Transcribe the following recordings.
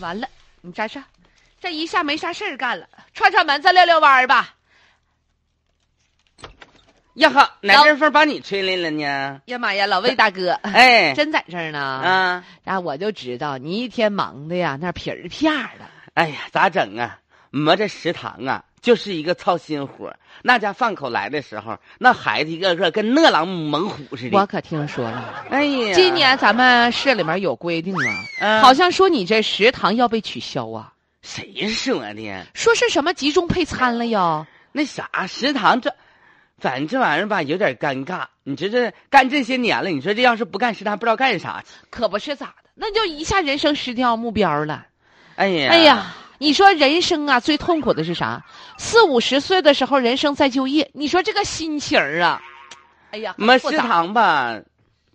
完了，你啥事？这一下没啥事儿干了，串串门子遛遛弯儿吧。呀呵，哪阵风把你吹来了呢？哎呀妈呀，老魏大哥，哎，真在这儿呢。啊，然后我就知道你一天忙的呀，那皮儿片儿的。哎呀，咋整啊？磨这食堂啊，就是一个操心活。那家饭口来的时候，那孩子一个个跟饿狼猛虎似我的。可听说了，哎呀，今年咱们市里面有规定啊，嗯好像说你这食堂要被取消啊，谁说的？说是什么集中配餐了呀？那啥，食堂这，反正这玩意儿吧，有点尴尬。你这这干这些年了，你说这要是不干食堂，不知道干啥去。可不是咋的，那就一下人生失掉目标了。哎呀，哎，呀，你说人生啊，最痛苦的是啥？四五十岁的时候，人生再就业，你说这个心情儿啊，哎呀，我们复食杂堂吧，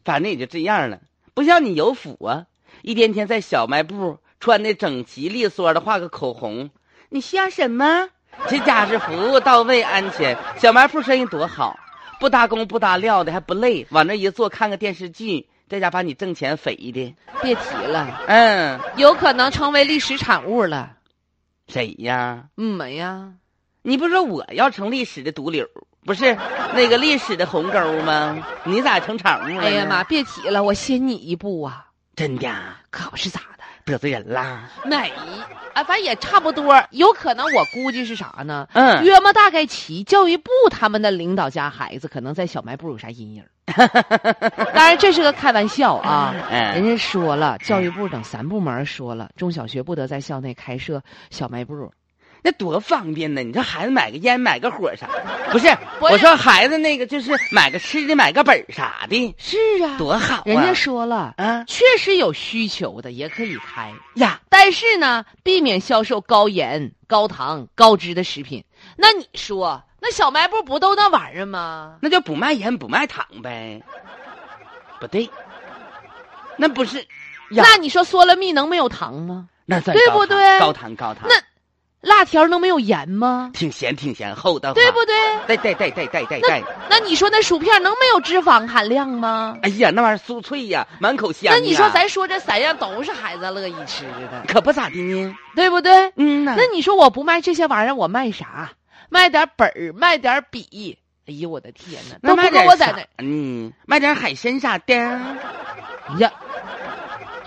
反正也就这样了，不像你有福啊，一天天在小卖部穿的整齐利索的，画个口红，你需要什么？这家是服务到位、安全，小卖部生意多好，不搭工不搭料的还不累，往那一坐看个电视剧，在家把你挣钱肥的，别提了，嗯，有可能成为历史产物了。谁呀？嗯么呀，你不是说我要成历史的毒瘤，不是那个历史的鸿沟吗？你咋成产物了？哎呀妈，！别提了，我先你一步啊，真的啊可不是咋的。得罪人啦？哪一啊，反正也差不多。有可能我估计是啥呢？嗯，约莫大概齐，教育部他们的领导家孩子可能在小卖部有啥阴影儿。 当然这是个开玩笑啊。人嗯，家说了，教育部等三部门说了，中小学不得在校内开设小卖部。那多方便呢！你说孩子买个烟、买个火啥？ 不是，不是我说孩子那个就是买个吃的、买个本儿啥的，是啊，多好啊！人家说了，啊确实有需求的也可以开，呀，但是呢，避免销售高盐、高糖、高脂的食品。那你说，那小卖部不都那玩意儿吗？那就不卖烟、不卖糖呗？不对，那不是，呀那你说嗦了蜜能没有糖吗？那算对高不糖对高糖高糖，那辣条能没有盐吗？挺咸挺咸，厚道，对不？对？对对对对对对那对。那你说那薯片能没有脂肪含量吗？哎呀，那玩意儿酥脆呀，满口香呀。那你说咱说这三样都是孩子乐意吃的，可不咋的呢？对不对？嗯呐那你说我不卖这些玩意儿，我卖啥？卖点本儿，卖点笔。哎呦我的天哪，那都不卖够点我在那嗯，卖点海参啥的，啊哎呀，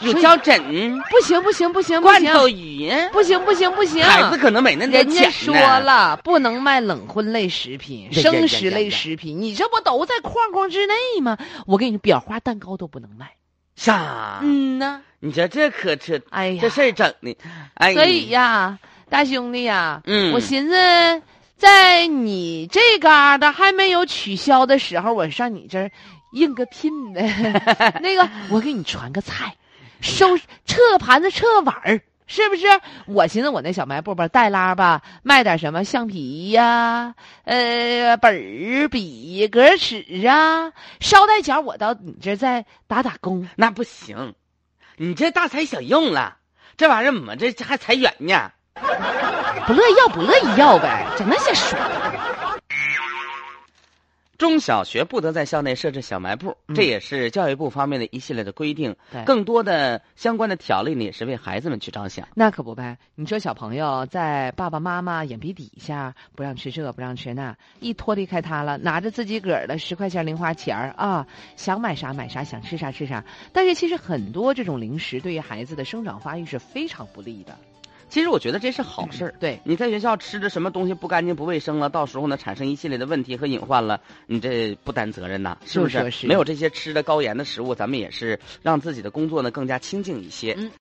乳所以胶枕、不行不行不行不罐行头鱼，不行不行不行，孩子可能没那多人钱家呢说。了不能卖冷荤类食品、呀生食呀类呀食品，你这不都在框框之内吗？我跟你说，裱花蛋糕都不能卖。啥？嗯呐，啊你说这可这哎呀这，事儿整的，哎，所以，呀，大兄弟呀，嗯，我寻思。在你这嘎达还没有取消的时候，我上你这儿应个聘 呢。那个，我给你传个菜，收拾撤盘子撤碗儿，是不是？我寻思我那小卖部吧，带拉吧，卖点什么橡皮呀、呃本儿、笔、格尺啊，捎带脚我到你这儿再打打工。那不行，你这大材小用了，这玩意儿我们这还裁员呢。不乐意要不乐意要呗，整那些说的。中小学不得在校内设置小卖部，嗯这也是教育部方面的一系列的规定。对更多的相关的条例呢，也是为孩子们去着想。那可不呗！你说小朋友在爸爸妈妈眼皮底下不让吃这不让吃那，一脱离开他了，拿着自己个儿的十块钱零花钱儿啊，想买啥买啥，想吃啥吃啥。但是其实很多这种零食对于孩子的生长发育是非常不利的。其实我觉得这是好事儿。对，你在学校吃的什么东西不干净、不卫生了，到时候呢产生一系列的问题和隐患了，你这不担责任呐，是不就说是没有这些吃的高盐的食物，咱们也是让自己的工作呢更加清静一些。嗯